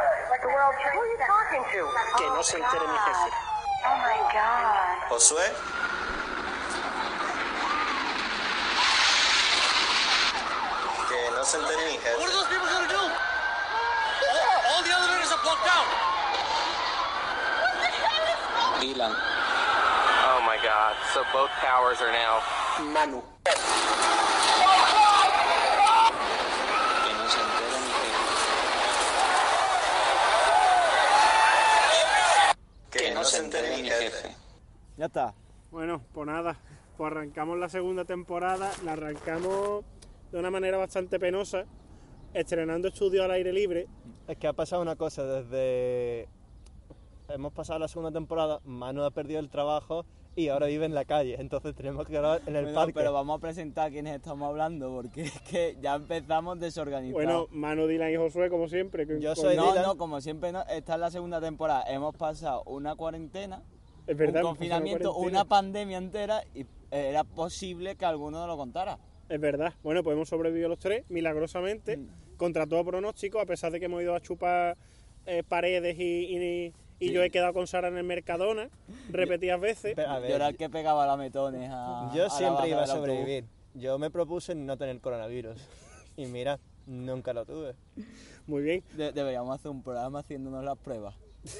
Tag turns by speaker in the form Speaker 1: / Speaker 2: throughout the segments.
Speaker 1: girl, who are you talking to?
Speaker 2: Que no se entere mi jefe.
Speaker 1: Oh my God.
Speaker 3: Josué, que no se entere mi
Speaker 4: What
Speaker 3: jefe.
Speaker 4: are those people going to do? All, all the elevators are blocked out.
Speaker 2: Dylan,
Speaker 5: Oh my god. So both towers are now.
Speaker 2: Manu. Que no se entere mi jefe.
Speaker 3: Que no se entere mi jefe.
Speaker 6: Ya está.
Speaker 7: Bueno, pues nada, pues arrancamos la segunda temporada, la arrancamos de una manera bastante penosa, estrenando estudio al aire libre.
Speaker 6: Es que ha pasado una cosa desde... Hemos pasado la segunda temporada, Manu ha perdido el trabajo y ahora vive en la calle, entonces tenemos que grabar en el
Speaker 8: Bueno,
Speaker 6: parque.
Speaker 8: pero vamos a presentar quiénes estamos hablando, porque es que ya empezamos desorganizados.
Speaker 7: Bueno, Manu, Dylan y Josué, como siempre. que-
Speaker 6: Yo
Speaker 7: con-
Speaker 6: soy
Speaker 8: no,
Speaker 6: Dylan.
Speaker 8: no, como siempre, no, esta es la segunda temporada. Hemos pasado una cuarentena,
Speaker 7: Es verdad,
Speaker 8: un
Speaker 7: hemos pasado una
Speaker 8: confinamiento,
Speaker 7: cuarentena.
Speaker 8: una pandemia entera, y era posible que alguno nos lo contara.
Speaker 7: Es verdad. Bueno, pues hemos sobrevivido los tres, milagrosamente,
Speaker 6: Mm.
Speaker 7: contra todo pronóstico, a pesar de que hemos ido a chupar eh, paredes y, y- y yo he quedado con Sara en el Mercadona repetidas veces.
Speaker 6: Pero, a ver,
Speaker 8: Yo era el que pegaba lametones a. a
Speaker 6: yo
Speaker 8: la
Speaker 6: siempre
Speaker 8: baja
Speaker 6: iba a
Speaker 8: del autobús.
Speaker 6: sobrevivir. Yo me propuse no tener coronavirus. Y mira, nunca lo tuve.
Speaker 7: Muy bien.
Speaker 8: De- deberíamos hacer un programa haciéndonos las pruebas.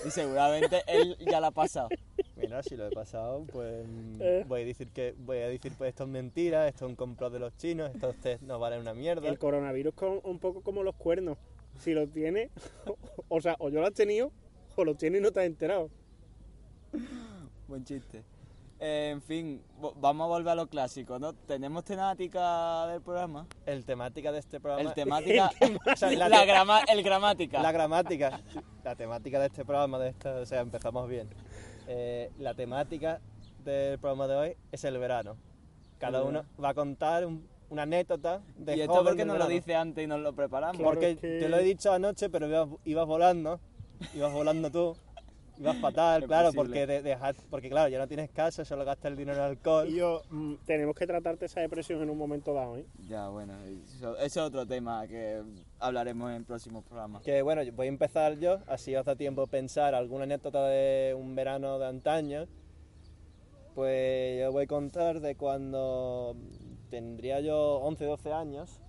Speaker 8: Y seguramente él ya la ha pasado.
Speaker 6: Mira, si lo he pasado, pues
Speaker 7: Eh.
Speaker 6: mm, voy a decir que voy a decir pues esto es mentira, esto es un complot de los chinos, estos test no valen una mierda.
Speaker 7: El coronavirus es un poco como los cuernos. Si lo tiene, o sea, o yo lo he tenido, o lo tiene y no te has enterado.
Speaker 8: Buen chiste. Eh, en fin, vo- vamos a volver a lo clásico, ¿no? Tenemos temática del programa.
Speaker 6: El temática de este programa
Speaker 8: El temática.
Speaker 6: O sea, la,
Speaker 8: la grama- el gramática.
Speaker 6: la gramática, la temática de este programa de esta, o sea, empezamos bien. Eh, la temática del programa de hoy es el verano. Cada uno va a contar un- una anécdota de
Speaker 8: y esto
Speaker 6: joven
Speaker 8: porque
Speaker 6: del
Speaker 8: nos lo
Speaker 6: verano.
Speaker 8: dice antes y nos lo preparamos.
Speaker 7: Claro.
Speaker 6: Porque
Speaker 7: que-
Speaker 6: te lo he dicho anoche, pero ibas, ibas volando, ibas volando tú, ibas fatal,
Speaker 8: Es
Speaker 6: claro,
Speaker 8: posible.
Speaker 6: porque de- dejas- porque claro, ya no tienes casa, solo gastas el dinero en alcohol.
Speaker 7: Y yo, mm, tenemos que tratarte esa depresión en un momento dado, ¿eh?
Speaker 8: Ya, bueno, eso, eso es otro tema que hablaremos en próximos programas.
Speaker 6: Que bueno, yo- voy a empezar yo, así os da tiempo pensar alguna anécdota de un verano de antaño. Pues yo voy a contar de cuando tendría yo 11, 12 años.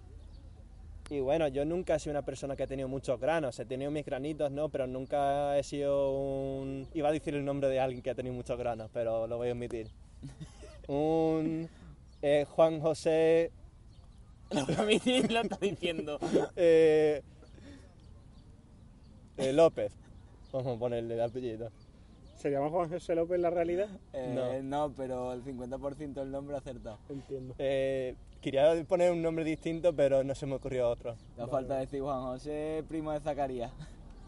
Speaker 6: Y bueno, yo nunca he sido una persona que ha tenido muchos granos. He tenido mis granitos, ¿no? Pero nunca he sido un... Iba a decir el nombre de alguien que ha tenido muchos granos, pero lo voy a omitir. Un eh, Juan José...
Speaker 8: Lo prometí, lo está diciendo.
Speaker 6: Eh, eh, López. Vamos a ponerle el apellido.
Speaker 7: ¿Se llama Juan José López en la realidad?
Speaker 8: Eh, no. pero el 50% del nombre acertado.
Speaker 7: Entiendo.
Speaker 6: Eh, quería poner un nombre distinto, pero no se me ocurrió otro.
Speaker 8: La falta decir Juan José, primo de Zacarías.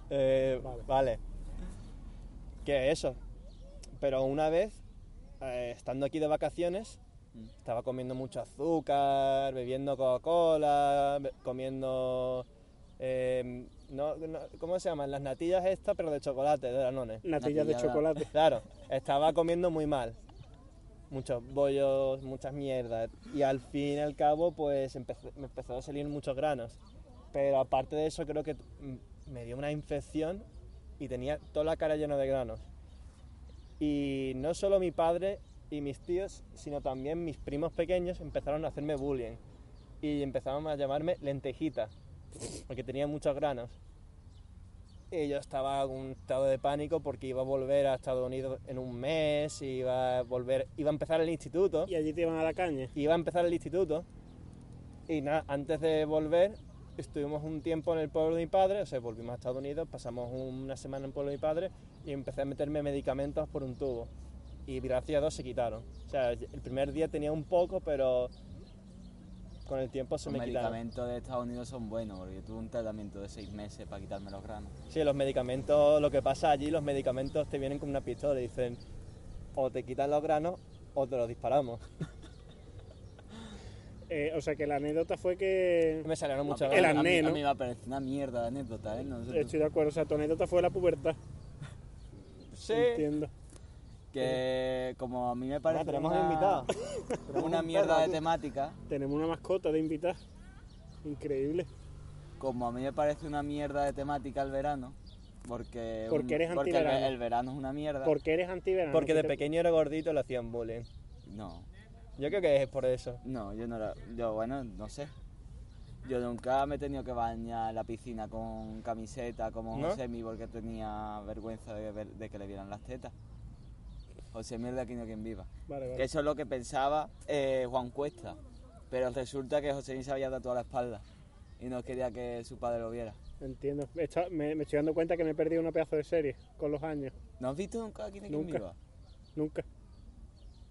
Speaker 6: Eh,
Speaker 7: Vale.
Speaker 6: vale. ¿Qué es eso? Pero una vez, eh, estando aquí de vacaciones, estaba comiendo mucho azúcar, bebiendo Coca-Cola, be- comiendo... eh, no- no- ¿Cómo se llaman? Las natillas estas, pero de chocolate, de Danone.
Speaker 7: Natillas de
Speaker 8: Natilla.
Speaker 7: chocolate.
Speaker 6: Claro, estaba comiendo muy mal. Muchos bollos, muchas mierdas. Y al fin y al cabo, pues empecé- me empezó a salir muchos granos. Pero aparte de eso, creo que mm, me dio una infección y tenía toda la cara llena de granos. Y no solo mi padre y mis tíos, sino también mis primos pequeños empezaron a hacerme bullying. Y empezaron a llamarme lentejita, porque tenía muchos granos. Y yo estaba en un estado de pánico porque iba a volver a Estados Unidos en un mes, iba a volver, iba a empezar el instituto,
Speaker 7: Y allí te iban a la caña.
Speaker 6: iba a empezar el instituto. Y nada, antes de volver estuvimos un tiempo en el pueblo de mi padre, o sea, volvimos a Estados Unidos, pasamos una semana en el pueblo de mi padre y empecé a meterme medicamentos por un tubo. Y gracias a Dios se quitaron. O sea, el primer día tenía un poco, pero con el tiempo se
Speaker 8: Los
Speaker 6: me quitaron.
Speaker 8: medicamentos de Estados Unidos son buenos, porque yo tuve un tratamiento de seis meses para quitarme los granos.
Speaker 6: Sí, los medicamentos, lo que pasa allí, los medicamentos te vienen con una pistola y dicen, o te quitan los granos o te los disparamos.
Speaker 7: Eh, o sea que la anécdota fue que.
Speaker 6: Me salieron muchos
Speaker 7: El
Speaker 8: a,
Speaker 6: granos.
Speaker 8: mí-
Speaker 7: acné,
Speaker 8: a
Speaker 7: ¿no?
Speaker 8: mí me parece una mierda de anécdota, ¿eh? No sé tú.
Speaker 7: Estoy de acuerdo, o sea, tu anécdota fue la pubertad.
Speaker 6: Sí.
Speaker 7: Entiendo.
Speaker 8: Que como a mí me parece
Speaker 6: Ah, tenemos
Speaker 8: una,
Speaker 6: un invitado.
Speaker 8: una mierda de temática,
Speaker 7: Tenemos una mascota de invitar. Increíble.
Speaker 8: como a mí me parece una mierda de temática el verano, Porque,
Speaker 7: Porque eres
Speaker 8: el, ve-
Speaker 7: antiverano.
Speaker 8: el verano es una mierda.
Speaker 7: Porque eres antiverano.
Speaker 6: Porque de
Speaker 7: ¿Tú te-
Speaker 6: pequeño era gordito y le hacían bullying.
Speaker 8: No,
Speaker 6: Yo creo que es por eso.
Speaker 8: no, yo no era- Yo, bueno, no sé. Yo nunca me he tenido que bañar en la piscina con camiseta como
Speaker 6: ¿No?
Speaker 8: Josemi porque tenía vergüenza de, ver- de que le vieran las tetas. José de aquí no quien viva.
Speaker 7: Vale,
Speaker 8: Que
Speaker 7: vale.
Speaker 8: eso es lo que pensaba eh, Juan Cuesta. Pero resulta que José se había tatuado la espalda y no quería que su padre lo viera.
Speaker 7: Entiendo. Está- me, me estoy dando cuenta que me he perdido una pedazo de serie con los años.
Speaker 8: ¿No has visto nunca aquí de quien
Speaker 7: Nunca.
Speaker 8: viva?
Speaker 7: Nunca.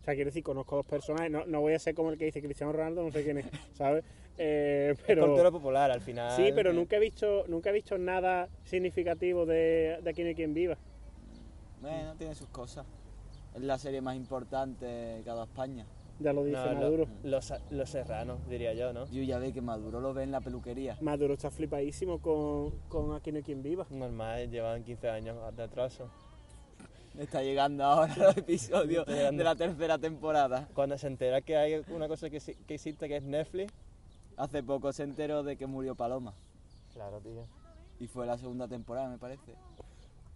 Speaker 7: O sea, quiero decir, conozco los personajes. No, no voy a ser como el que dice Cristiano Ronaldo, no sé quién es, ¿sabes? Eh, pero...
Speaker 6: Es cultura popular al final. eh,
Speaker 7: Sí, pero nunca he visto, nunca he visto nada significativo de, de Aquí no hay quien viva.
Speaker 8: Bueno, tiene sus cosas. Es la serie más importante de cada España.
Speaker 7: Ya lo dice
Speaker 6: No, lo-
Speaker 7: Maduro.
Speaker 8: Mm.
Speaker 6: los, los serranos, diría yo, ¿no?
Speaker 8: Yo ya ve que Maduro lo ve en la peluquería.
Speaker 7: Maduro está flipadísimo con, con Aquí no hay quien viva.
Speaker 6: Normal, llevan 15 años de atraso.
Speaker 8: Está llegando ahora los episodios
Speaker 6: Está llegando.
Speaker 8: de la tercera temporada.
Speaker 6: Cuando se entera que hay una cosa que, sí- que existe que es Netflix.
Speaker 8: Hace poco se enteró de que murió Paloma.
Speaker 6: Claro, tío.
Speaker 8: Y fue la segunda temporada, me parece.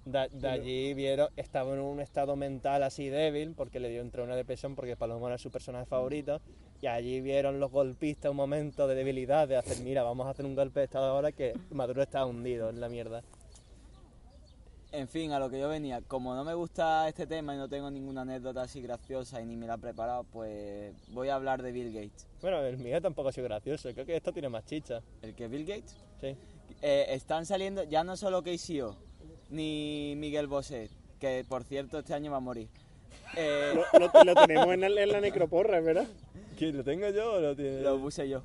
Speaker 6: De, de allí vieron, estaba en un estado mental así débil, porque le dio entre una depresión, porque Paloma era su personaje favorito. Y allí vieron los golpistas un momento de debilidad, de hacer, mira, vamos a hacer un golpe de estado ahora que Maduro está hundido en la mierda.
Speaker 8: En fin, a lo que yo venía. Como no me gusta este tema y no tengo ninguna anécdota así graciosa y ni me la he preparado, pues voy a hablar de Bill Gates.
Speaker 6: Bueno, el mío tampoco ha sido gracioso, creo que esto tiene más chicha.
Speaker 8: ¿El que Bill Gates?
Speaker 6: Sí.
Speaker 8: Eh, están saliendo ya no solo KCO ni Miguel Bosé, que por cierto este año va a morir. Eh,
Speaker 7: Lo, lo- lo tenemos en, el- en la necroporra, ¿verdad?
Speaker 6: ¿Quién lo tengo yo o lo tiene?
Speaker 8: lo puse yo.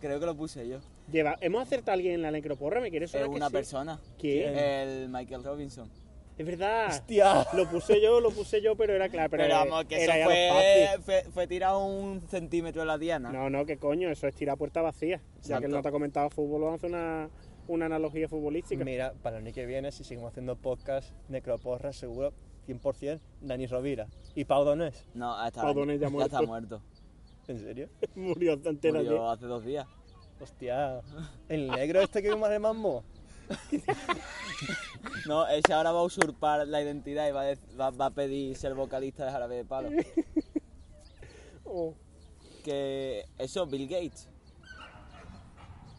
Speaker 8: Creo que lo puse yo.
Speaker 7: Lleva, ¿Hemos acertado a alguien en la necroporra? ¿Me quieres
Speaker 8: Es
Speaker 7: sonar que
Speaker 8: una
Speaker 7: sí?
Speaker 8: persona.
Speaker 7: ¿Quién?
Speaker 8: El Michael Robinson.
Speaker 7: Es verdad.
Speaker 6: ¡Hostia!
Speaker 7: Lo puse yo, lo puse yo, pero era claro. Pero,
Speaker 8: Pero, vamos, que eso
Speaker 7: era ya
Speaker 8: fue,
Speaker 7: los
Speaker 8: fue, fue tirado un centímetro de la diana.
Speaker 6: Ah.
Speaker 7: patis. No, no, que coño, eso es tirar puerta vacía. Ya que
Speaker 8: Exacto.
Speaker 7: él no te ha comentado fútbol, vamos a hacer una, una analogía futbolística.
Speaker 6: Mira, para el año que viene, si seguimos haciendo podcast, Necroporra seguro 100% Dani Rovira y Pau Donés.
Speaker 8: No, hasta,
Speaker 7: Pavones ya muerto.
Speaker 8: está muerto.
Speaker 6: ¿En serio?
Speaker 7: Murió antes de ayer.
Speaker 8: Murió hace dos días.
Speaker 6: Hostia, el negro este que vimos de mambo.
Speaker 8: No, ese ahora va a usurpar la identidad y va a, dec- va, va a pedir ser vocalista de Jarabe de Palo.
Speaker 7: Oh,
Speaker 8: que eso, Bill Gates.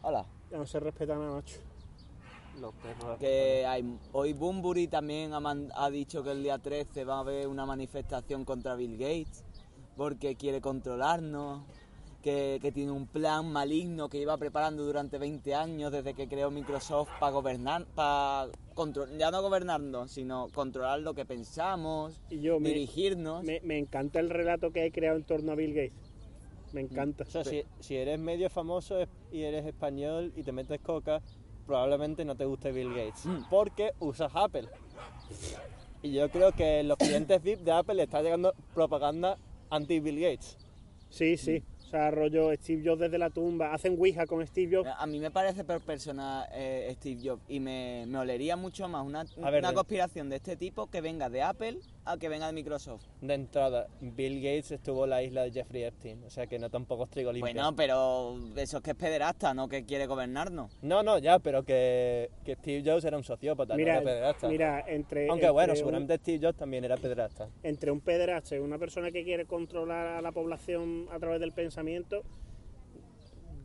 Speaker 8: Hola.
Speaker 7: ya no se respeta nada, macho.
Speaker 8: Que hay, hoy Bumburi también ha, man- ha dicho que el día 13 va a haber una manifestación contra Bill Gates porque quiere controlarnos, que, que tiene un plan maligno que lleva preparando durante 20 años desde que creó Microsoft para gobernar, para ya no gobernarnos, sino controlar lo que pensamos,
Speaker 7: Y yo me-
Speaker 6: Ah,
Speaker 8: dirigirnos.
Speaker 7: Me, me encanta el relato que he creado en torno a Bill Gates. Me encanta.
Speaker 6: Mm. O sea, si, si eres medio famoso es- y eres español y te metes coca, probablemente no te guste Bill Gates. Porque usas Apple. Y yo creo que en los clientes VIP de Apple le está llegando propaganda anti-Bill Gates.
Speaker 7: Sí, sí.
Speaker 6: Mm.
Speaker 7: O sea, rollo Steve Jobs desde la tumba. Hacen Ouija con Steve Jobs.
Speaker 8: A mí me parece per persona eh, Steve Jobs y me, me olería mucho más una,
Speaker 6: A ver,
Speaker 7: eh.
Speaker 8: una
Speaker 6: de-
Speaker 8: conspiración de este tipo que venga de Apple a que venga de Microsoft.
Speaker 6: De entrada, Bill Gates estuvo en la isla de Jeffrey Epstein. O sea que no tampoco es trigo limpio.
Speaker 8: Bueno, Pues pero eso es que es pederasta, no que quiere gobernarnos.
Speaker 6: No, no, ya, pero que, que Steve Jobs era un sociópata, no
Speaker 7: Mira,
Speaker 6: era pederasta.
Speaker 7: mira, entre.
Speaker 6: Aunque
Speaker 7: entre
Speaker 6: bueno,
Speaker 7: un-
Speaker 6: seguramente Steve Jobs también era pederasta.
Speaker 7: entre un pederasta y una persona que quiere controlar a la población a través del pensamiento,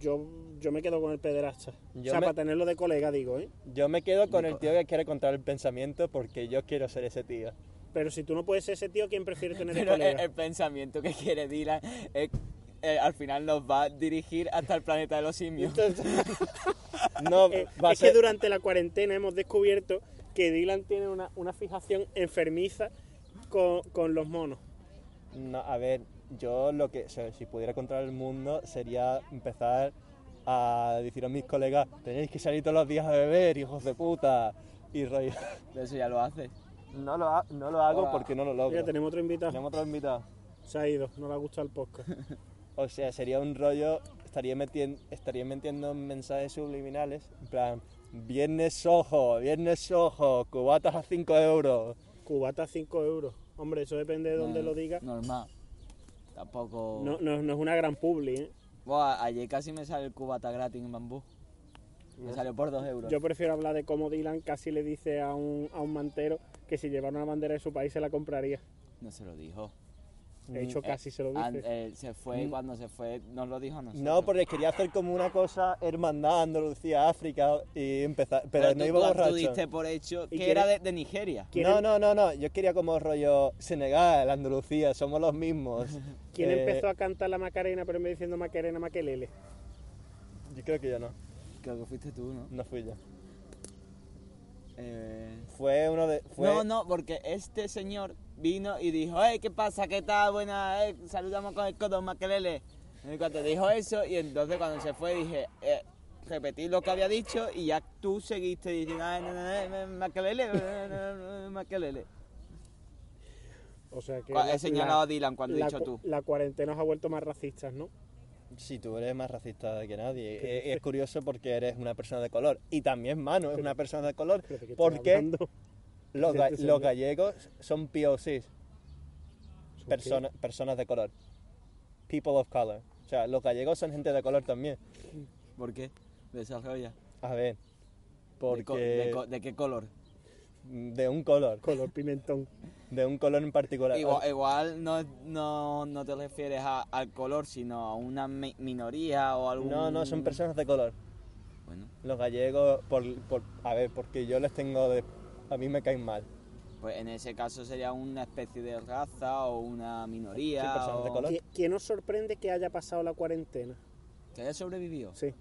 Speaker 7: yo, yo me quedo con el pederasta.
Speaker 6: Yo
Speaker 7: o sea,
Speaker 6: me-
Speaker 7: para tenerlo de colega, digo, ¿eh?
Speaker 6: Yo me quedo con el tío que quiere controlar el pensamiento porque yo quiero ser ese tío.
Speaker 7: Pero si tú no puedes ser ese tío, ¿quién prefieres tener de
Speaker 8: Pero el,
Speaker 6: eh,
Speaker 7: colega?
Speaker 8: el pensamiento que quiere Dylan es- eh, al final nos va a dirigir hasta el planeta de los simios.
Speaker 7: Entonces,
Speaker 6: No,
Speaker 7: eh,
Speaker 6: va a
Speaker 7: es que
Speaker 6: ser...
Speaker 7: durante la cuarentena hemos descubierto que Dylan tiene una, una fijación enfermiza con, con los monos.
Speaker 6: No, a ver, yo lo que... o sea, si pudiera controlar el mundo sería empezar a decir a mis colegas tenéis que salir todos los días a beber, hijos de puta. Y rollo...
Speaker 8: Eso ya lo hace.
Speaker 6: No lo, ha- no lo hago
Speaker 8: Hola.
Speaker 6: porque no lo logro.
Speaker 7: Mira, tenemos otro invitado.
Speaker 6: Tenemos otro invitado.
Speaker 7: Se ha ido, no le ha gustado el podcast.
Speaker 6: O sea, sería un rollo, estaría, metien- estaría metiendo mensajes subliminales, en plan, viernes ojo, viernes ojo, cubatas a 5 euros.
Speaker 7: Cubata 5 euros. Hombre, eso depende de dónde
Speaker 8: Eh,
Speaker 7: lo diga.
Speaker 8: Normal. Tampoco.
Speaker 7: No, no, no es una gran publi, ¿eh?
Speaker 8: Buah, ayer casi me sale el cubata gratis en bambú. Me salió por dos euros.
Speaker 7: Yo prefiero hablar de cómo Dylan casi le dice a un, a un mantero que si llevara una bandera de su país se la compraría.
Speaker 8: No se lo dijo.
Speaker 6: Mm,
Speaker 7: De hecho, casi se lo
Speaker 8: An-
Speaker 7: dice. Mm.
Speaker 8: eh, se fue y cuando se fue nos lo dijo a nosotros.
Speaker 6: No, porque quería hacer como una cosa hermandad Andalucía, África y empezar. Pero,
Speaker 8: Pero
Speaker 6: no
Speaker 8: tú-
Speaker 6: iba
Speaker 8: tú-
Speaker 6: borracho.
Speaker 8: Tú diste por hecho
Speaker 7: ¿Y
Speaker 8: que era de,
Speaker 7: quiere-
Speaker 8: de Nigeria.
Speaker 7: ¿Quién
Speaker 6: No,
Speaker 7: em-
Speaker 6: no, no, no. Yo quería como rollo Senegal, Andalucía, somos los mismos.
Speaker 7: ¿Quién
Speaker 6: Eh,
Speaker 7: empezó a cantar la Macarena, pero me diciendo Macarena Maquelele?
Speaker 6: Yo creo que yo no.
Speaker 8: Creo que fuiste tú,
Speaker 7: Mm.
Speaker 8: ¿no?
Speaker 6: No fui yo.
Speaker 8: Eh,
Speaker 6: Fue uno de. fue-
Speaker 8: No, no, porque este señor vino y dijo, hey, ¿qué pasa? ¿Qué tal? Buena, eh, saludamos con el codo maquelele. Y cuando dijo eso, y entonces cuando se fue dije, eh, repetí lo que había dicho y ya tú seguiste diciendo, ay, no, no, no, no, maquelele, no, no, no, no, maquelele.
Speaker 7: O sea que.
Speaker 8: Cua-
Speaker 7: la-
Speaker 8: He señalado
Speaker 7: la-
Speaker 8: a Dylan cuando he
Speaker 7: la
Speaker 8: dicho
Speaker 7: cu-
Speaker 8: tú.
Speaker 7: La cuarentena os ha vuelto más racistas, ¿no?
Speaker 6: Sí, tú eres más racista que nadie. Eh, es curioso porque eres una persona de color. Y también Manu es una persona de color.
Speaker 7: Pero de qué estoy
Speaker 6: Porque
Speaker 7: hablando.
Speaker 6: los,
Speaker 7: de
Speaker 6: ga-
Speaker 7: este
Speaker 6: los
Speaker 7: señor.
Speaker 6: gallegos son POCs,
Speaker 7: ¿Son
Speaker 6: persona- personas de color. People of color. O sea, los gallegos son gente de color también.
Speaker 8: ¿Por qué? Desarrolla.
Speaker 6: A ver.
Speaker 8: ¿De co- ¿De,
Speaker 6: Porque.
Speaker 8: co- de qué color?
Speaker 6: De un color.
Speaker 7: Color pimentón.
Speaker 6: De un color en particular.
Speaker 8: Igual, igual no, no, no te refieres a- al color, sino a una mi- minoría o algún...
Speaker 6: No, no, son personas de color.
Speaker 8: Bueno,
Speaker 6: Los gallegos, por, por- a ver, porque yo les tengo de... A mí me caen mal.
Speaker 8: Pues en ese caso sería una especie de raza o una minoría.
Speaker 6: Sí, personas de
Speaker 8: o-
Speaker 6: color.
Speaker 7: ¿Qui- ¿Quién os sorprende que haya pasado la cuarentena?
Speaker 8: Que haya sobrevivido.
Speaker 7: Sí.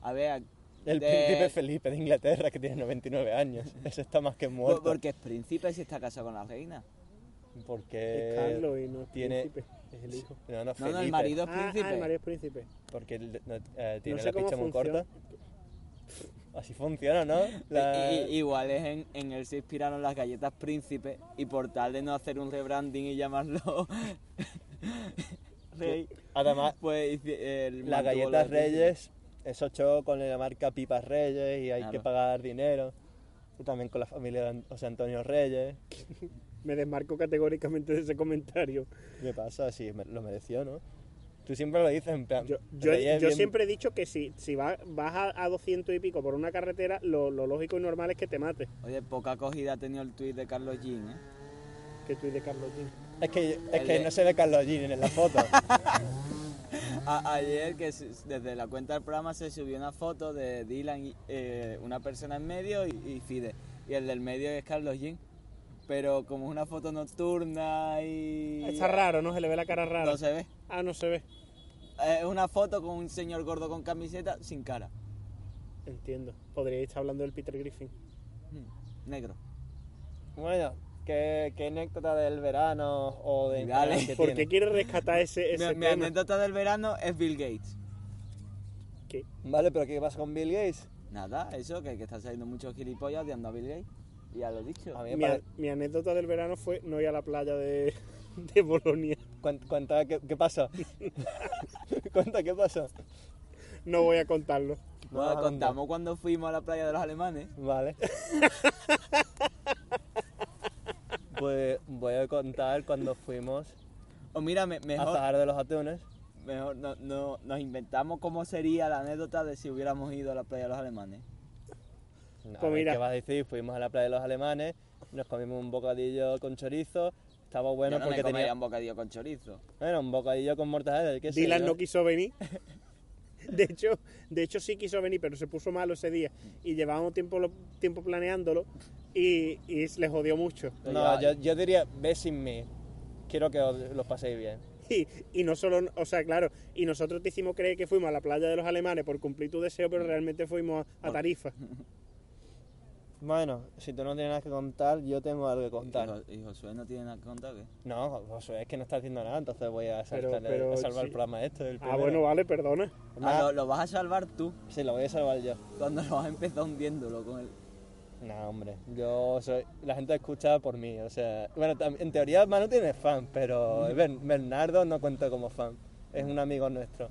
Speaker 8: A ver,
Speaker 6: El
Speaker 8: de-
Speaker 6: príncipe Felipe de Inglaterra, que tiene 99 años, ese está más que
Speaker 8: po-
Speaker 6: muerto.
Speaker 8: Porque es príncipe si está casado con la reina.
Speaker 6: Porque...
Speaker 7: Es Carlos y no es
Speaker 6: tiene-
Speaker 7: príncipe. Eh, Es el hijo.
Speaker 6: No, no,
Speaker 8: No,
Speaker 6: Felipe.
Speaker 8: no, el marido es
Speaker 7: Ah, ah,
Speaker 8: príncipe.
Speaker 7: el marido es príncipe.
Speaker 6: Porque el- no, eh, tiene
Speaker 7: sé
Speaker 6: la
Speaker 7: cómo
Speaker 6: picha muy
Speaker 7: funciona.
Speaker 6: corta. Así funciona, ¿no? La-
Speaker 8: I- i- igual es en, en él se inspiraron las galletas príncipe y por tal de no hacer un rebranding y llamarlo rey,
Speaker 6: Además,
Speaker 8: pues hici- él mantuvo
Speaker 6: las
Speaker 8: lo
Speaker 6: galletas
Speaker 8: de príncipe.
Speaker 6: Reyes, eso chocó con la marca Pipas Reyes y hay que
Speaker 8: Claro.
Speaker 6: pagar dinero. Y también con la familia de An- José Antonio Reyes.
Speaker 7: Me desmarco categóricamente de ese comentario.
Speaker 6: ¿Qué pasa? Sí, me- lo mereció, ¿no? Tú siempre lo dices en plan.
Speaker 7: Yo, yo-
Speaker 6: Reyes
Speaker 7: yo
Speaker 6: bien-
Speaker 7: siempre he dicho que si, si va- vas a, a 200 y pico por una carretera, lo, lo lógico y normal es que te mates.
Speaker 8: Oye, poca acogida ha tenido el tuit de Carlos Jean, ¿eh?
Speaker 7: Que tú y de Carlos Jean.
Speaker 6: Es que, es
Speaker 8: El
Speaker 6: que
Speaker 8: de-
Speaker 6: no se ve Carlos Jean en la foto.
Speaker 8: A- ayer que su- desde la cuenta del programa se subió una foto de Dylan, y, eh, una persona en medio y, y Fide. Y el del medio es Carlos Jean. Pero como es una foto nocturna y...
Speaker 7: Está raro, ¿no? Se le ve la cara rara.
Speaker 8: No se ve.
Speaker 7: Ah, no se ve.
Speaker 8: Eh, Es una foto con un señor gordo con camiseta sin cara.
Speaker 7: Entiendo. Podríais estar hablando del Peter Griffin.
Speaker 8: Mm, Negro.
Speaker 6: bueno, ¿qué, qué anécdota del verano o de.
Speaker 8: Dale.
Speaker 6: que
Speaker 7: ¿Por qué
Speaker 6: tiene?
Speaker 7: quiere rescatar ese, ese
Speaker 8: Mi, mi
Speaker 7: tema?
Speaker 8: anécdota del verano es Bill Gates.
Speaker 7: ¿Qué?
Speaker 6: Vale, pero ¿qué pasa con Bill Gates?
Speaker 8: Nada, eso, que, que está saliendo muchos gilipollas odiando a Bill Gates. Ya lo he dicho.
Speaker 6: A mí me
Speaker 7: Mi, a-
Speaker 6: pare-
Speaker 7: mi anécdota del verano fue no ir a la playa de, de Bolonia.
Speaker 6: cuen- Cuenta, ¿qué, qué pasó? cuenta, ¿qué pasó?
Speaker 7: No voy a contarlo.
Speaker 8: Bueno,
Speaker 6: no,
Speaker 8: contamos cuando fuimos a la playa de los alemanes.
Speaker 6: Vale. pues voy a contar cuando fuimos
Speaker 8: O mira, me-
Speaker 6: a
Speaker 8: mejor,
Speaker 6: Zahar de los Atunes.
Speaker 8: Mejor no, no- nos inventamos cómo sería la anécdota de si hubiéramos ido a la playa de los alemanes.
Speaker 6: No,
Speaker 7: Pues
Speaker 6: a ver,
Speaker 7: mira.
Speaker 6: ¿Qué vas a decir? Fuimos a la playa de los alemanes, nos comimos un bocadillo con chorizo, estaba bueno
Speaker 8: Yo no
Speaker 6: porque
Speaker 8: me comería
Speaker 6: tenía
Speaker 8: un bocadillo con chorizo.
Speaker 6: bueno, un bocadillo con mortadela, qué sé
Speaker 7: Dylan
Speaker 6: yo.
Speaker 7: no quiso venir. De hecho, de hecho sí quiso venir, pero se puso malo ese día. Y llevábamos tiempo, lo- tiempo planeándolo y, y le jodió mucho.
Speaker 6: No, yo, yo diría, ve sin mí. Quiero que os los paséis bien.
Speaker 7: Y, y no solo, o sea, claro, y nosotros te hicimos creer que fuimos a la playa de los alemanes por cumplir tu deseo, pero realmente fuimos a, a Tarifa.
Speaker 6: Bueno, si tú no tienes nada que contar, yo tengo algo que contar.
Speaker 8: Y, Jo- y Josué no tiene nada que contar, ¿qué?
Speaker 6: No, Josué, es que no está haciendo nada, entonces voy a, saltarle-
Speaker 7: pero
Speaker 6: a salvar
Speaker 7: sí.
Speaker 6: el programa este. el
Speaker 7: Ah,
Speaker 6: primero.
Speaker 7: bueno, vale, perdona.
Speaker 8: Ah,
Speaker 6: Ah.
Speaker 8: lo, lo vas a salvar tú
Speaker 6: Sí, lo voy a salvar yo.
Speaker 8: cuando lo vas a empezar hundiéndolo con el...
Speaker 6: No, hombre, yo soy... La gente escucha por mí, o sea... Bueno, tam- en teoría Manu tiene fan, pero Ben- Bernardo no cuenta como fan. Es un amigo nuestro.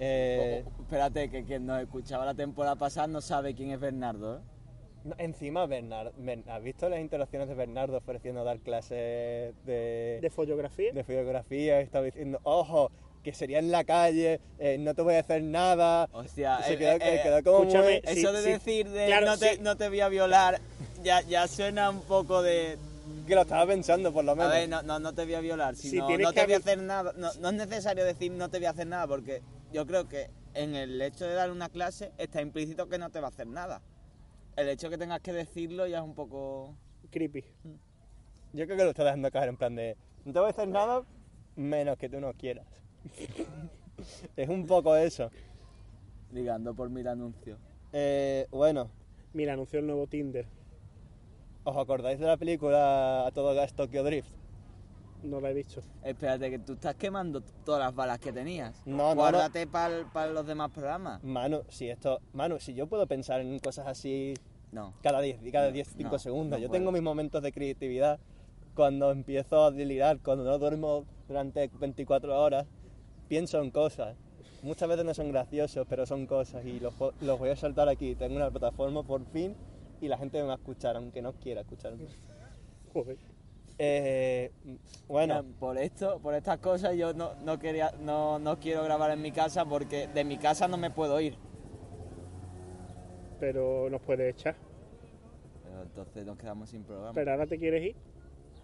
Speaker 6: Eh,
Speaker 8: Oh, oh, espérate, que quien nos escuchaba la temporada pasada no sabe quién es Bernardo, ¿eh?
Speaker 6: no, encima, Bernardo... ¿Has visto las interacciones de Bernardo ofreciendo dar clases de...
Speaker 7: De fotografía.
Speaker 6: de fotografía? Estaba diciendo, ojo, que sería en la calle, eh, no te voy a hacer nada.
Speaker 8: Hostia,
Speaker 6: se
Speaker 8: eh,
Speaker 6: quedó,
Speaker 8: eh,
Speaker 6: quedó como muy-
Speaker 7: escúchame, Sí,
Speaker 8: Eso de
Speaker 7: sí.
Speaker 8: decir de
Speaker 7: Claro,
Speaker 8: no, te,
Speaker 7: sí.
Speaker 8: no te voy a violar, ya, ya suena un poco de...
Speaker 6: que lo estaba pensando por lo
Speaker 8: A
Speaker 6: menos.
Speaker 8: ver, no, no, no te voy a violar,
Speaker 7: Si
Speaker 8: sino
Speaker 7: tienes
Speaker 8: no te
Speaker 7: que
Speaker 8: voy a
Speaker 7: habi-
Speaker 8: hacer nada. No, no es necesario decir no te voy a hacer nada, porque yo creo que en el hecho de dar una clase está implícito que no te va a hacer nada. El hecho que tengas que decirlo ya es un poco...
Speaker 7: Creepy.
Speaker 6: Yo creo que lo está dejando caer en plan de no te voy a hacer nada menos que tú no quieras. es un poco eso.
Speaker 8: Ligando por mil anuncios.
Speaker 6: Eh, bueno,
Speaker 7: Mira, anunció el nuevo Tinder.
Speaker 6: ¿os acordáis de la película A todo gas Tokyo Drift?
Speaker 7: No la he visto.
Speaker 8: Espérate, que tú estás quemando t- todas las balas que tenías.
Speaker 6: No, no, no.
Speaker 8: Guárdate para los demás programas.
Speaker 6: Manu, si esto, Manu, si yo puedo pensar en cosas así
Speaker 8: No.
Speaker 6: cada 10, cada
Speaker 8: No,
Speaker 6: 10, 5
Speaker 8: no,
Speaker 6: segundos.
Speaker 8: no
Speaker 6: yo
Speaker 8: puedo.
Speaker 6: tengo mis momentos de creatividad cuando empiezo a delirar, cuando no duermo durante 24 horas, pienso en cosas. Muchas veces no son graciosos, pero son cosas y los, po- los voy a saltar aquí. Tengo una plataforma por fin y la gente me va a escuchar, aunque no quiera escucharme.
Speaker 7: Joder.
Speaker 6: Eh, bueno,
Speaker 8: Mira, por esto, por estas cosas yo no, no quería, no, no quiero grabar en mi casa porque de mi casa no me puedo ir.
Speaker 7: Pero nos puede echar.
Speaker 8: Pero entonces nos quedamos sin programa.
Speaker 7: Pero ahora te quieres ir.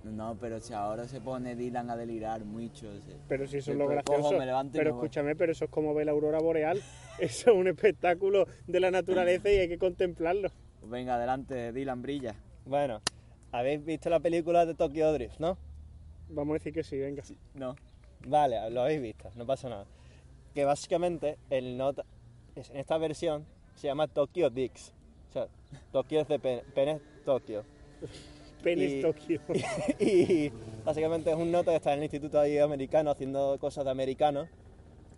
Speaker 8: No, pero si ahora se pone Dylan a delirar mucho. se-
Speaker 7: Pero si eso es
Speaker 8: Sí,
Speaker 7: lo
Speaker 8: pero
Speaker 7: gracioso.
Speaker 8: cojo, me levanto y
Speaker 7: pero
Speaker 8: me voy.
Speaker 7: escúchame, pero eso es como ver la aurora boreal. Eso es un espectáculo de la naturaleza y hay que contemplarlo.
Speaker 8: Venga, adelante, Dylan, brilla.
Speaker 6: bueno, habéis visto la película de Tokyo Drift, ¿no?
Speaker 7: Vamos a decir que sí, venga.
Speaker 8: No.
Speaker 6: Vale, lo habéis visto, no pasa nada. Que básicamente el nota es- en esta versión se llama Tokyo Dicks. O sea, Tokio es de pene, pene es Tokio.
Speaker 7: Penes
Speaker 6: Y-
Speaker 7: Tokio.
Speaker 6: y básicamente es un nota que está en el instituto ahí americano haciendo cosas de americanos,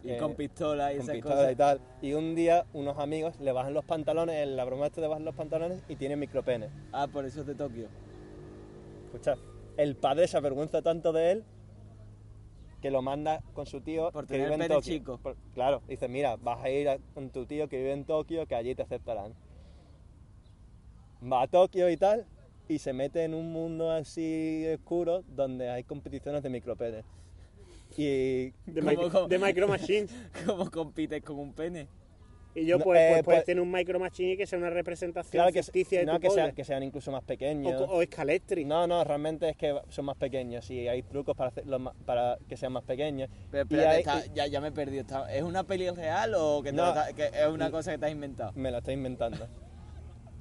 Speaker 8: Y
Speaker 6: Eh,
Speaker 8: con pistola y
Speaker 6: con
Speaker 8: esas
Speaker 6: pistola y
Speaker 8: cosas.
Speaker 6: tal. Y un día unos amigos le bajan los pantalones, en la broma esta le bajan los pantalones y tiene micropene.
Speaker 8: Ah, por eso es de Tokio.
Speaker 6: Escuchad, el padre se avergüenza tanto de él que lo manda con su tío
Speaker 8: Por
Speaker 6: que
Speaker 8: tener
Speaker 6: vive en
Speaker 8: pene
Speaker 6: Tokio.
Speaker 8: chico.
Speaker 6: Por- claro, dice, mira, vas a ir a- con tu tío que vive en Tokio, que allí te aceptarán. Va a Tokio y tal, y se mete en un mundo así oscuro donde hay competiciones de micropenes. Y
Speaker 7: De,
Speaker 8: ¿Cómo,
Speaker 7: mi-
Speaker 8: cómo?
Speaker 7: de Micro Machines.
Speaker 8: ¿Cómo compites con un pene?
Speaker 7: Y yo,
Speaker 6: No,
Speaker 7: pues,
Speaker 6: eh,
Speaker 7: pues, puedes
Speaker 6: pues-
Speaker 7: tener un Micro Machine y que sea una representación
Speaker 6: claro que,
Speaker 7: ficticia de
Speaker 6: no,
Speaker 7: tu
Speaker 6: que,
Speaker 7: polla.
Speaker 6: sean, que sean incluso más
Speaker 7: O,
Speaker 6: pequeños.
Speaker 7: co- o Escalectric.
Speaker 6: No, no, realmente es que son más pequeños y hay trucos para, hacerlos ma- para que sean más pequeños.
Speaker 8: Pero
Speaker 6: Y
Speaker 8: espérate,
Speaker 6: hay-
Speaker 8: está- ya, ya me he perdido. está- ¿Es una peli real o que, te
Speaker 6: No.
Speaker 8: lo está- que es una cosa que te has inventado?
Speaker 6: Me lo estoy inventando.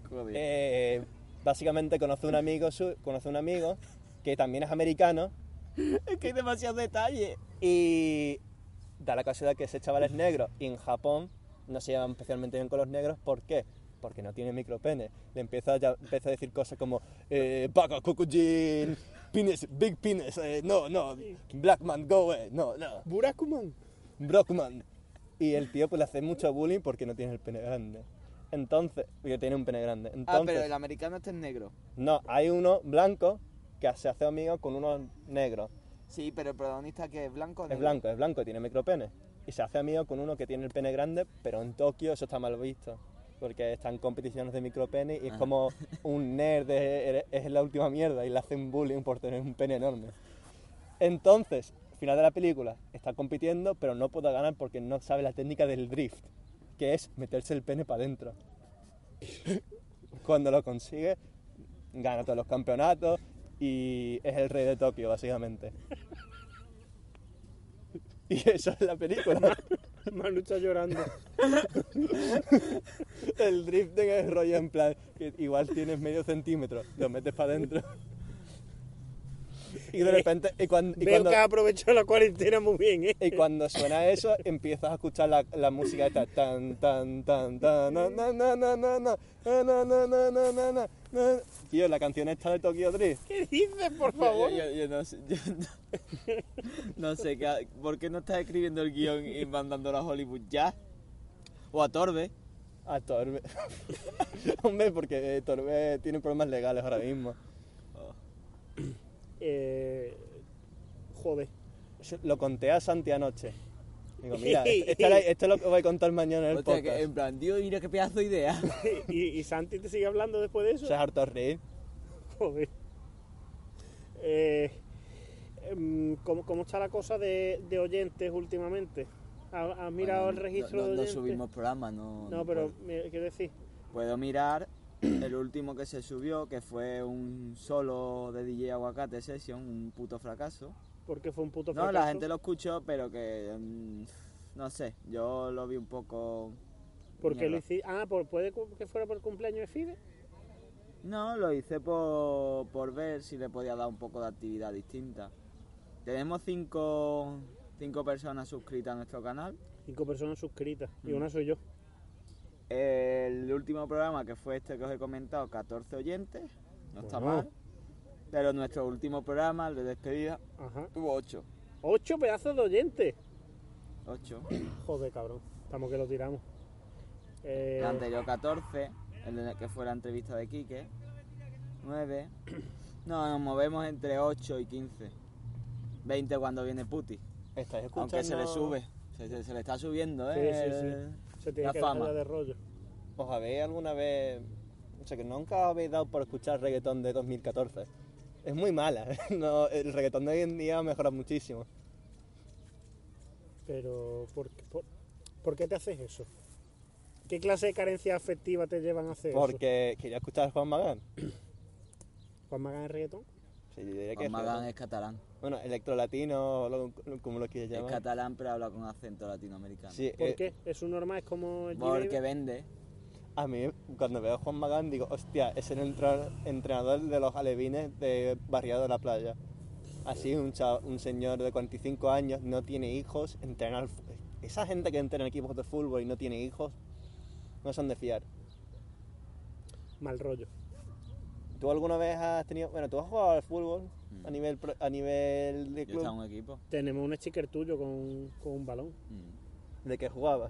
Speaker 8: Joder. Ah,
Speaker 6: Eh, básicamente conoce un amigo su- conoce un amigo que también es americano
Speaker 8: Es que hay demasiados detalles.
Speaker 6: y da la casualidad que ese chaval es negro y en Japón no se llevan especialmente bien con los negros ¿por qué? porque no tiene micropene le empieza a, ya- empieza a decir cosas como eh, Baka Kukujin penis, big penis eh, no, no black man go away no, no
Speaker 7: Burakuman.
Speaker 6: Brockman. Y el tío pues le hace mucho bullying porque no tiene el pene grande entonces, porque tiene un pene grande entonces
Speaker 8: ah, pero el americano está en negro.
Speaker 6: No, hay uno blanco que se hace amigo con uno negro.
Speaker 8: Sí, pero el protagonista que es blanco.
Speaker 6: Es
Speaker 8: negro?
Speaker 6: blanco, es blanco y tiene micropene. Y se hace amigo con uno que tiene el pene grande, pero en Tokio eso está mal visto. Porque están competiciones de micropene y es como un nerd, de- es la última mierda y le hacen bullying por tener un pene enorme. Entonces, final de la película, está compitiendo, pero no puede ganar porque no sabe la técnica del drift, que es meterse el pene para adentro. Cuando lo consigue, gana todos los campeonatos y es el rey de Tokio, básicamente. Y eso es la película.
Speaker 7: Manu está llorando.
Speaker 6: El drifting es rollo en plan, que igual tienes medio centímetro, lo metes para adentro. Y de repente, y cuan- y
Speaker 7: Eh, Veo
Speaker 6: cuando,
Speaker 7: que has aprovechado la cuarentena muy bien, ¿eh?
Speaker 6: Y cuando suena eso, empiezas a escuchar la, la música esta tan tan tan tan na na na na na na na na na na na na na na. Tío, la canción esta de Tokyo Drift.
Speaker 7: ¿Qué dices, por
Speaker 8: Yo-
Speaker 7: favor?
Speaker 8: Yo, yo- yo no sé, yo no- no sé, ¿qué- ¿por qué no estás escribiendo el guión y mandándolo a Hollywood ya? O a Torbe.
Speaker 6: A Torbe. Hombre, porque eh, Torbe tiene problemas legales ahora mismo.
Speaker 7: Eh, joder.
Speaker 6: Yo Lo conté a Santi anoche. Digo, mira, este- esta era- esto es lo que voy a contar mañana en el
Speaker 8: O sea, que
Speaker 6: podcast.
Speaker 8: en plan, Dios, mira qué pedazo de idea.
Speaker 7: ¿Y, y Santi te sigue hablando después de eso?
Speaker 6: Se harto de reír.
Speaker 7: Joder. Eh, em, ¿cómo, cómo está la cosa de, de oyentes últimamente? ¿Has, has mirado
Speaker 8: Bueno,
Speaker 7: el registro
Speaker 8: no- no-
Speaker 7: de
Speaker 8: no
Speaker 7: oyentes?
Speaker 8: subimos programas, no.
Speaker 7: no,
Speaker 8: no
Speaker 7: pero
Speaker 8: puedo.
Speaker 7: me- quiero decir,
Speaker 8: Puedo mirar el último que se subió, que fue un solo de DJ Aguacate Session, un puto fracaso.
Speaker 7: porque fue un puto
Speaker 8: No, la
Speaker 7: fracaso.
Speaker 8: gente lo escuchó, pero que. mm, no sé, yo lo vi un poco.
Speaker 7: Porque lo
Speaker 8: mierda.
Speaker 7: hici- Ah, por, puede cu- que fuera por cumpleaños de Fide.
Speaker 8: No, lo hice por, por ver si le podía dar un poco de actividad distinta. Tenemos cinco, cinco personas suscritas a nuestro canal.
Speaker 7: Cinco personas suscritas y
Speaker 8: Mm.
Speaker 7: una soy yo.
Speaker 8: El último programa, que fue este que os he comentado, 14 oyentes, no está
Speaker 7: Bueno.
Speaker 8: mal. Pero nuestro último programa, el de despedida,
Speaker 7: Ajá.
Speaker 8: tuvo 8.
Speaker 7: Ocho pedazos de oyentes.
Speaker 8: 8.
Speaker 7: Joder, cabrón. Estamos que lo tiramos. Eh,
Speaker 8: El anterior 14, el de- que fue la entrevista de Quique. 9. No, nos movemos entre 8 y 15. 20 cuando viene Puti.
Speaker 6: Estáis escuchando.
Speaker 8: Aunque se le sube. Se, se- se le está subiendo,
Speaker 7: Sí,
Speaker 8: ¿eh?
Speaker 7: sí, sí. Se tiene
Speaker 8: la
Speaker 7: que
Speaker 8: fama.
Speaker 7: dejar ya de rollo.
Speaker 6: ¿Os habéis alguna vez.? O sea, que nunca habéis dado por escuchar reggaetón de 2014. Es muy mala. No, el reggaetón de hoy en día mejora muchísimo.
Speaker 7: Pero, ¿por, qué- por, por qué te haces eso? ¿Qué clase de carencia afectiva te llevan a hacer eso?
Speaker 6: Porque quería escuchar a Juan Magán.
Speaker 7: ¿Juan Magán es reggaetón?
Speaker 6: Sí, yo diría que
Speaker 8: Juan
Speaker 6: es
Speaker 8: Magán
Speaker 6: reggaetón.
Speaker 8: es catalán.
Speaker 6: Bueno, electrolatino, o lo- lo- como lo quieras
Speaker 8: Es
Speaker 6: llamar.
Speaker 8: catalán, pero habla con acento latinoamericano.
Speaker 6: Sí,
Speaker 7: ¿Por
Speaker 6: eh,
Speaker 7: qué? ¿Es un normal? ¿Es como el
Speaker 8: Porque
Speaker 7: G-Baby?
Speaker 8: vende.
Speaker 6: A mí, cuando veo a Juan Magán, digo, hostia, es el entra- entrenador de los alevines de Barriado de la Playa. Así, un, cha- un señor de 45 años, no tiene hijos, entrena al fu- Esa gente que entrena en equipos de fútbol y no tiene hijos, no son de fiar.
Speaker 7: Mal rollo.
Speaker 6: ¿Tú alguna vez has tenido... Bueno, ¿tú has jugado al fútbol
Speaker 8: Mm.
Speaker 6: a nivel, pro- a nivel de
Speaker 8: Yo estaba en
Speaker 6: club?
Speaker 8: un equipo
Speaker 7: Tenemos un sticker tuyo con, con un balón.
Speaker 8: mm,
Speaker 6: ¿De qué jugabas?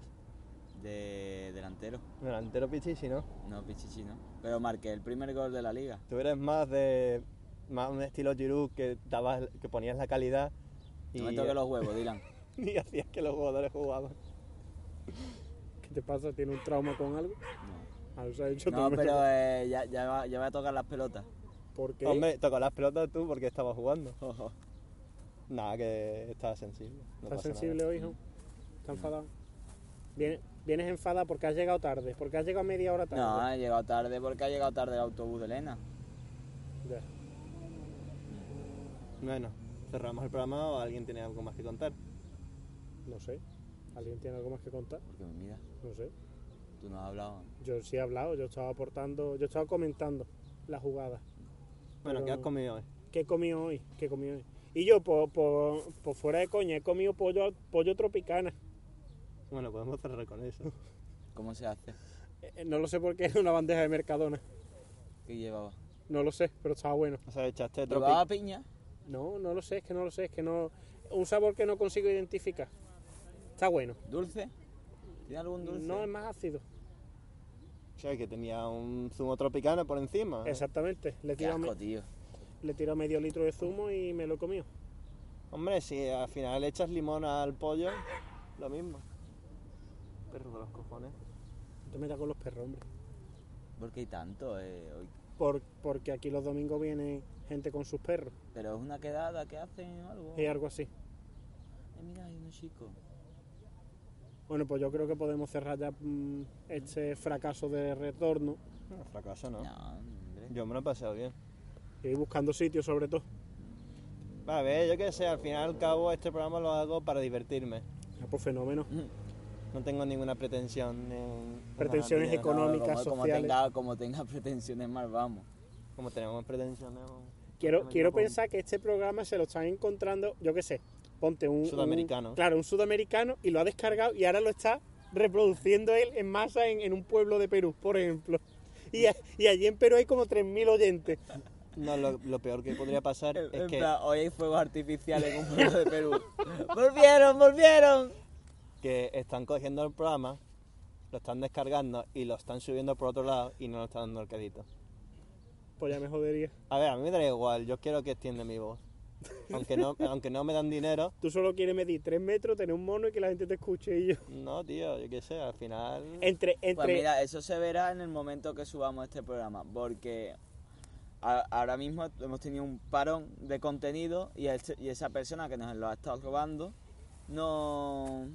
Speaker 8: de delantero,
Speaker 6: Delantero pichichi, ¿no?
Speaker 8: no pichichi, ¿no? Pero marqué el primer gol de la liga.
Speaker 6: Tú eres más de... Más un estilo Giroud que, dabas, que ponías la calidad y,
Speaker 8: No me toques los huevos, Dylan.
Speaker 6: y hacías que los jugadores jugaban.
Speaker 7: ¿Qué te pasa? ¿Tiene un trauma con algo? Ah, o sea, yo
Speaker 8: No,
Speaker 7: también-
Speaker 8: pero eh, ya, ya, va- ya voy a tocar las pelotas.
Speaker 7: ¿Por qué?
Speaker 6: Hombre, toca las pelotas tú porque estabas jugando. Nada, que estás sensible. No
Speaker 7: ¿Estás
Speaker 6: pasa nada.
Speaker 7: sensible hoy, hijo? ¿Estás enfadado? Viene- Vienes enfadada porque has llegado tarde, porque has llegado media hora tarde.
Speaker 8: No, he llegado tarde porque ha llegado tarde el autobús de Elena.
Speaker 7: Ya.
Speaker 6: Bueno, cerramos el programa o alguien tiene algo más que contar.
Speaker 7: No sé. ¿Alguien tiene algo más que contar?
Speaker 8: Porque mira,
Speaker 7: No sé.
Speaker 8: tú no has hablado.
Speaker 7: Yo sí he hablado, yo estaba aportando, yo estaba comentando la jugada.
Speaker 6: Bueno,
Speaker 7: Pero-
Speaker 6: ¿qué has comido hoy?
Speaker 7: ¿Qué he comido hoy? ¿Qué he comido hoy? Y yo, por, por, por fuera de coña, he comido pollo, pollo tropicana.
Speaker 6: Bueno, podemos cerrar con eso.
Speaker 8: ¿Cómo se hace?
Speaker 7: Eh, eh, No lo sé por qué era una bandeja de Mercadona.
Speaker 8: ¿Qué llevaba?
Speaker 7: No lo sé, pero estaba bueno.
Speaker 6: O sea, echaste
Speaker 8: ¿Llevaba
Speaker 6: tropic.
Speaker 8: piña?
Speaker 7: No, no lo sé, es que no lo sé, es que no... Un sabor que no consigo identificar. Está bueno.
Speaker 8: ¿Dulce? ¿Tiene algún dulce?
Speaker 7: No es más ácido.
Speaker 6: O sea, que tenía un zumo tropicano por encima.
Speaker 7: Exactamente. Le
Speaker 8: Ah. Qué
Speaker 7: tiro,
Speaker 8: asco,
Speaker 7: me-
Speaker 8: tío.
Speaker 7: le tiro medio litro de zumo y me lo he comido.
Speaker 6: Hombre, si al final le echas limón al pollo, lo mismo. Perro de los cojones.
Speaker 7: No te metas con los perros, hombre.
Speaker 8: ¿Por qué hay tanto eh, hoy?
Speaker 7: Por- porque aquí los domingos viene gente con sus perros
Speaker 8: Pero es una quedada que hacen o algo.
Speaker 7: y algo así.
Speaker 8: Eh, mira, hay unos chicos.
Speaker 7: Bueno, pues yo creo que podemos cerrar ya mm, este fracaso de retorno
Speaker 6: No, fracaso no.
Speaker 8: No, hombre.
Speaker 6: Yo me lo he pasado bien.
Speaker 7: y buscando sitios sobre todo.
Speaker 6: A ver, yo qué sé, al final al cabo este programa lo hago para divertirme.
Speaker 7: Ah, pues fenómeno.
Speaker 6: No tengo ninguna pretensión. ni-
Speaker 7: Pretensiones
Speaker 6: nada, ni nada.
Speaker 7: económicas,
Speaker 8: como, como
Speaker 7: sociales.
Speaker 8: tenga, como tenga pretensiones más, vamos.
Speaker 6: Como tenemos pretensiones.
Speaker 7: Quiero,
Speaker 6: Venga,
Speaker 7: quiero
Speaker 6: pon-
Speaker 7: pensar que este programa se lo están encontrando, yo qué sé, ponte un... un-
Speaker 6: Sudamericano.
Speaker 7: claro, un sudamericano y lo ha descargado y ahora lo está reproduciendo él en masa en, en un pueblo de Perú, por ejemplo. Y, a- y allí en Perú hay como 3.000 oyentes.
Speaker 6: No, lo, lo peor que podría pasar
Speaker 8: En-
Speaker 6: es
Speaker 8: en
Speaker 6: que,
Speaker 8: plan, hoy hay fuegos artificiales en un pueblo de Perú. ¡Volvieron, volvieron!
Speaker 6: que están cogiendo el programa, lo están descargando y lo están subiendo por otro lado y no lo están dando el crédito.
Speaker 7: Pues ya me jodería.
Speaker 6: A ver, a mí me da igual, yo quiero que extiende mi voz. Aunque no, aunque no me dan dinero,
Speaker 7: Tú solo quieres medir 3 metros, tener un mono y que la gente te escuche y yo...
Speaker 6: no, tío, yo qué sé, al final.
Speaker 7: Entre, entre...
Speaker 8: Pues mira, eso se verá en el momento que subamos este programa, porque a- ahora mismo hemos tenido un parón de contenido y, el- y esa persona que nos lo ha estado robando no,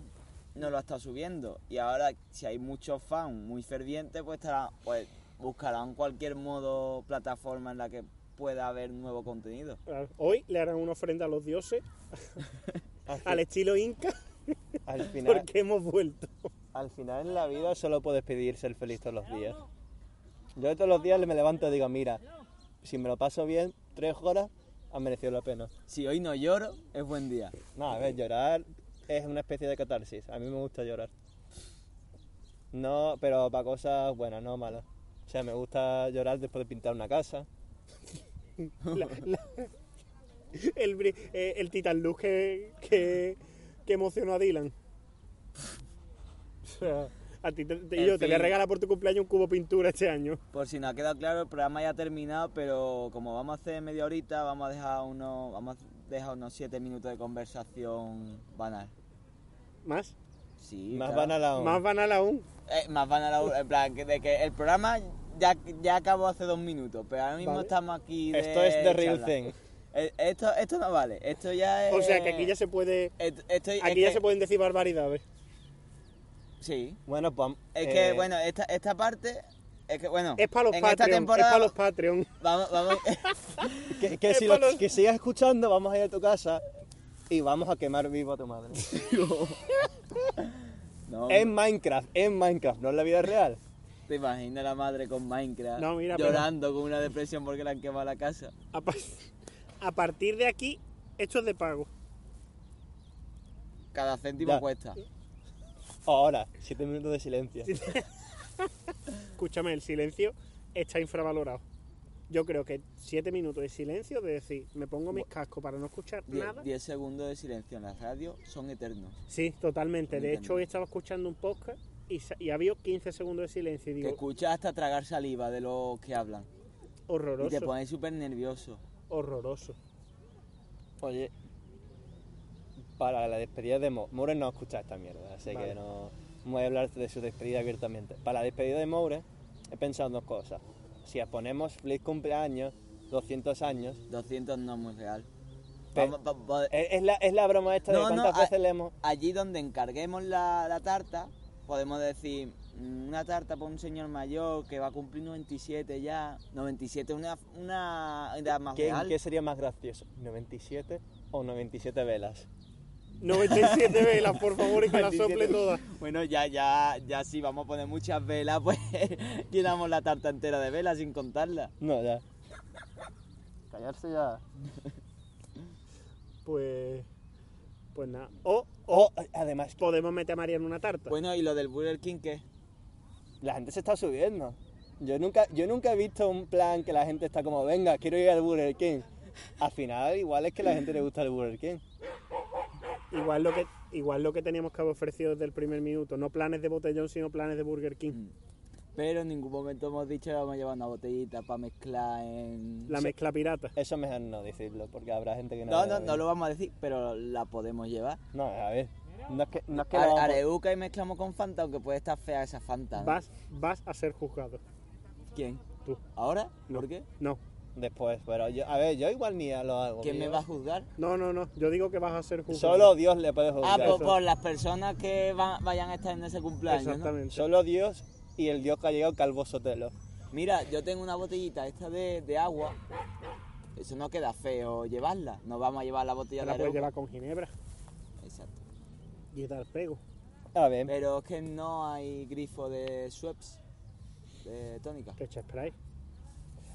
Speaker 8: no lo ha estado subiendo. Y ahora, si hay muchos fans muy fervientes, pues, estará, pues buscarán cualquier modo, plataforma en la que pueda haber nuevo contenido.
Speaker 7: Claro. Hoy le harán una ofrenda a los dioses,
Speaker 6: Al, fi-
Speaker 7: al estilo inca,
Speaker 6: al final,
Speaker 7: porque hemos vuelto.
Speaker 6: al final en la vida solo puedes pedir ser feliz todos los días. Yo todos los días me levanto y digo, mira, si me lo paso bien, tres horas, ha merecido la pena.
Speaker 8: Si hoy no lloro, es buen día.
Speaker 6: No, a ver, llorar es una especie de catarsis. A mí me gusta llorar. No, pero para cosas buenas, no malas. O sea, me gusta llorar después de pintar una casa.
Speaker 7: La- la- el, bri- eh, el Titan Luz que, que, que emocionó a Dylan. O sea, a ti te, te-
Speaker 8: En
Speaker 7: yo te voy a
Speaker 8: fin.
Speaker 7: regalar por tu cumpleaños un cubo pintura este año.
Speaker 8: Por si no ha quedado claro, el programa ya ha terminado, pero como vamos a hacer media horita, vamos a dejar unos, vamos a dejar unos siete minutos de conversación banal.
Speaker 7: Más,
Speaker 8: Sí,
Speaker 6: Más
Speaker 8: claro.
Speaker 6: banal aún.
Speaker 7: más banal aún.
Speaker 8: Eh, más banal aún, en plan, que- de que el programa ya, ya acabó hace dos minutos, pero ahora mismo
Speaker 7: Vale.
Speaker 8: estamos aquí de
Speaker 6: Esto es The Real
Speaker 8: charla.
Speaker 6: Thing.
Speaker 8: Eh, Esto, esto no vale, esto ya es...
Speaker 7: O sea que aquí ya se puede.
Speaker 8: Et- esto- es
Speaker 7: Aquí ya
Speaker 8: que-
Speaker 7: se pueden decir barbaridades.
Speaker 8: Sí.
Speaker 6: Bueno, pues...
Speaker 8: Es que,
Speaker 6: eh,
Speaker 8: bueno, esta, esta parte... Es que, bueno,
Speaker 7: Es para los
Speaker 8: en esta
Speaker 7: Patreon. Es
Speaker 8: temporada...
Speaker 7: para los Patreon.
Speaker 8: Vamos, vamos...
Speaker 6: Que, que si
Speaker 7: Epa,
Speaker 6: lo-
Speaker 7: los-
Speaker 6: que sigas escuchando, vamos a ir a tu casa y vamos a quemar vivo a tu madre.
Speaker 8: No,
Speaker 6: en Minecraft, en Minecraft, no en la vida real.
Speaker 8: ¿Te imaginas la madre con Minecraft
Speaker 7: No, mira, pero-
Speaker 8: llorando con una depresión porque le han quemado la casa?
Speaker 7: A, pa- a partir de aquí, esto es de pago.
Speaker 8: Cada céntimo
Speaker 6: Ya.
Speaker 8: cuesta.
Speaker 7: ¿Eh?
Speaker 6: Ahora, siete minutos de silencio.
Speaker 7: Escúchame, el silencio está infravalorado. Yo creo que siete minutos de silencio, de decir, me pongo mis cascos para no escuchar
Speaker 8: Die-
Speaker 7: nada.
Speaker 8: diez segundos de silencio en la radio son eternos.
Speaker 7: Sí, totalmente. De
Speaker 8: Entiendo.
Speaker 7: hecho, hoy estaba escuchando un podcast y, sa- y había 15 segundos de silencio y
Speaker 8: Te
Speaker 7: digo,
Speaker 8: escuchas hasta tragar saliva de lo que hablan. Y te
Speaker 7: horroroso,
Speaker 8: pones súper nervioso.
Speaker 7: horroroso.
Speaker 6: Oye, para la despedida de Mo Moure no escucha esta mierda, así
Speaker 7: Vale.
Speaker 6: que no no voy a hablar de su despedida abiertamente. Para la despedida de Moure he pensado en dos cosas. Si ponemos feliz cumpleaños, 200 años,
Speaker 8: 200 no es muy real.
Speaker 6: Pe-
Speaker 8: Vamos- va- va-
Speaker 6: es, es la, es la broma esta de
Speaker 8: No, no,
Speaker 6: cuántas
Speaker 8: a-
Speaker 6: veces le hemos...
Speaker 8: allí donde encarguemos la, la tarta, podemos decir "Mm, una tarta para un señor mayor que va a cumplir 97 ya. 97 es una, una edad más
Speaker 6: ¿Qué,
Speaker 8: real.
Speaker 6: ¿Qué sería más gracioso? ¿97 o 97 velas?
Speaker 7: 97 velas, por favor, y que las sople
Speaker 8: 27.
Speaker 7: todas.
Speaker 8: Bueno, ya, ya, ya sí, vamos a poner muchas velas, pues llenamos la tarta entera de velas sin contarla.
Speaker 6: No, ya. Callarse ya.
Speaker 7: Pues, pues nada. O
Speaker 6: Oh, además,
Speaker 7: podemos meter a María en una tarta.
Speaker 8: Bueno, y lo del Burger King, ¿qué?
Speaker 6: la gente se está subiendo. Yo nunca, yo nunca he visto un plan que la gente está como, venga, quiero ir al Burger King. Al final, igual es que la gente le gusta el Burger King.
Speaker 7: Igual lo que igual lo que teníamos que haber ofrecido desde el primer minuto. No planes de botellón, sino planes de Burger
Speaker 8: Mm,
Speaker 7: King.
Speaker 8: Pero en ningún momento hemos dicho que vamos a llevar una botellita para mezclar en...
Speaker 7: La mezcla pirata.
Speaker 6: Eso mejor no decirlo, porque habrá gente que no...
Speaker 8: No,
Speaker 6: vaya a
Speaker 8: no, no
Speaker 6: ver.
Speaker 8: lo vamos a decir, pero la podemos llevar.
Speaker 6: No, a ver. No es que, no es que lo
Speaker 8: A-
Speaker 6: vamos-
Speaker 8: Areuca y mezclamos con Fanta, aunque puede estar fea esa Fanta. ¿no?
Speaker 7: Vas, vas a ser juzgado.
Speaker 8: ¿Quién?
Speaker 7: Tú.
Speaker 8: ¿Ahora?
Speaker 7: No.
Speaker 8: ¿Por qué?
Speaker 7: No,
Speaker 6: Después, pero yo, a ver, yo igual ni lo hago.
Speaker 8: ¿Quién me
Speaker 6: yo-
Speaker 8: va a juzgar?
Speaker 7: no, no, no. Yo digo que vas a ser juzgado.
Speaker 6: Solo Dios le puede
Speaker 8: Ah,
Speaker 6: juzgar.
Speaker 8: por,
Speaker 7: Oh, eso.
Speaker 8: por las personas que van- vayan a estar en ese cumpleaños, ¿no?
Speaker 7: Exactamente.
Speaker 6: Solo Dios y el Dios que ha llegado Calvo Sotelo.
Speaker 8: Mira, yo tengo una botellita esta de, de agua. Eso no queda feo llevarla. No vamos a llevar la botella
Speaker 7: Te
Speaker 8: de
Speaker 7: la puedes
Speaker 8: Aruca.
Speaker 7: llevar con ginebra
Speaker 8: Exacto.
Speaker 7: y dar pego.
Speaker 6: A ver,
Speaker 8: Pero es que no hay grifo de Schweppes, de tónica.
Speaker 7: Te echa spray.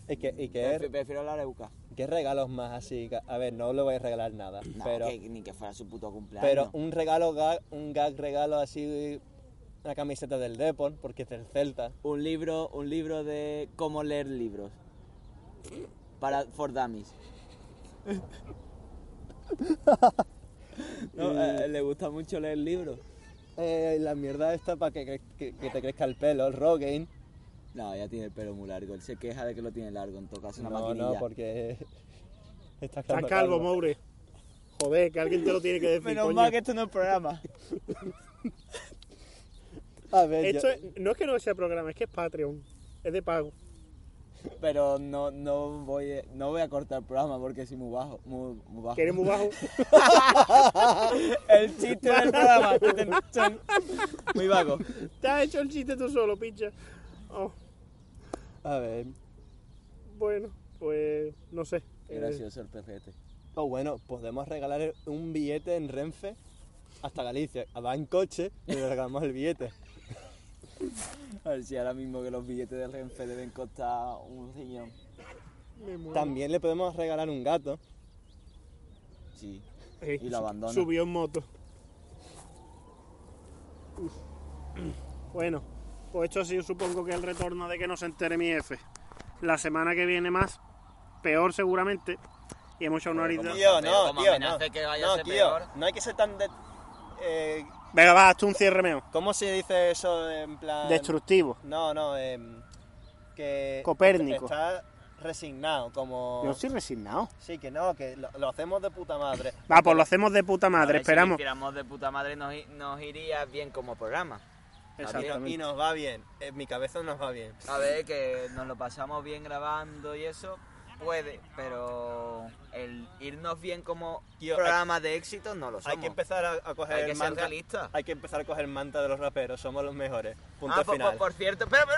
Speaker 6: y que, y que
Speaker 8: Prefi- Prefiero la Areuca.
Speaker 6: ¿Qué regalos más así? ga- A ver, no le voy a regalar nada.
Speaker 8: No,
Speaker 6: pero
Speaker 8: que, ni que fuera su puto cumpleaños.
Speaker 6: pero un regalo, gag, un gag regalo así, una camiseta del Depor, porque es del Celta.
Speaker 8: Un libro, un libro de cómo leer libros. Para For Dummies. No, eh, le gusta mucho leer libros.
Speaker 6: Eh, la mierda esta para que, cre- que- que te crezca el pelo, el Rogaine.
Speaker 8: No, ya tiene el pelo muy largo. Él se queja de que lo tiene largo. En todo caso, una
Speaker 6: No,
Speaker 8: maquinilla.
Speaker 6: no, porque estás
Speaker 7: Está calvo, Moure. Joder, que alguien te lo tiene que decir.
Speaker 8: Menos
Speaker 7: coño.
Speaker 8: mal que esto no es programa.
Speaker 6: A ver, yo-
Speaker 7: Esto es- no es que no sea programa, es que es Patreon. Es de pago.
Speaker 8: Pero no, no, voy, no voy a cortar el programa porque soy muy bajo. Muy, muy bajo.
Speaker 7: ¿Quieres muy bajo?
Speaker 8: El chiste del programa. Ten, ten. Muy vago.
Speaker 7: Te has hecho el chiste tú solo, pinche. Oh,
Speaker 8: A ver,
Speaker 7: bueno, pues no sé. Eh,
Speaker 8: gracioso el perrete.
Speaker 6: O Oh, bueno, podemos regalar un billete en Renfe hasta Galicia. Ah, Va en coche y le regalamos el billete.
Speaker 8: A ver si ahora mismo que los billetes del Renfe deben costar un riñón.
Speaker 7: Eh, me muero.
Speaker 6: También le podemos regalar un gato.
Speaker 8: Sí.
Speaker 7: Eh,
Speaker 8: y lo
Speaker 7: su-
Speaker 8: abandona.
Speaker 7: Subió en moto. Uf. Bueno, pues esto sí supongo que es el retorno de que no se entere mi jefe. La semana que viene más, peor seguramente. Y hemos hecho una horita.
Speaker 6: Tío,
Speaker 5: Pero
Speaker 6: no,
Speaker 5: como
Speaker 6: tío, no.
Speaker 5: amenace que vaya a
Speaker 6: no,
Speaker 5: ser
Speaker 6: tío,
Speaker 5: peor.
Speaker 6: no hay que ser tan... De... eh,
Speaker 7: Venga, va, hazte un cierre meo.
Speaker 6: ¿Cómo se dice eso en
Speaker 8: Ah,
Speaker 6: plan...?
Speaker 7: Destructivo.
Speaker 6: No, no, eh, que...
Speaker 7: Copérnico.
Speaker 6: Está resignado, como...
Speaker 7: Yo estoy resignado.
Speaker 6: Sí, que no, que lo, lo hacemos de puta madre.
Speaker 7: Va, pues lo hacemos de puta madre, esperamos.
Speaker 5: Si tiramos de puta madre, nos, i- nos iría bien como programa.
Speaker 6: Y, y
Speaker 7: Exactamente.
Speaker 6: nos va bien. En mi cabeza nos va bien.
Speaker 5: A ver, que nos lo pasamos bien grabando y eso puede, pero el irnos bien como
Speaker 6: Tío,
Speaker 5: programa de éxito no lo somos.
Speaker 6: Hay que empezar a, a coger
Speaker 5: Hay que
Speaker 6: el
Speaker 5: ser
Speaker 6: manta.
Speaker 5: realista.
Speaker 6: Hay que empezar a coger manta de los raperos. Somos los mejores. Punto
Speaker 5: Ah, por,
Speaker 6: final.
Speaker 5: por- por cierto, espera, espera.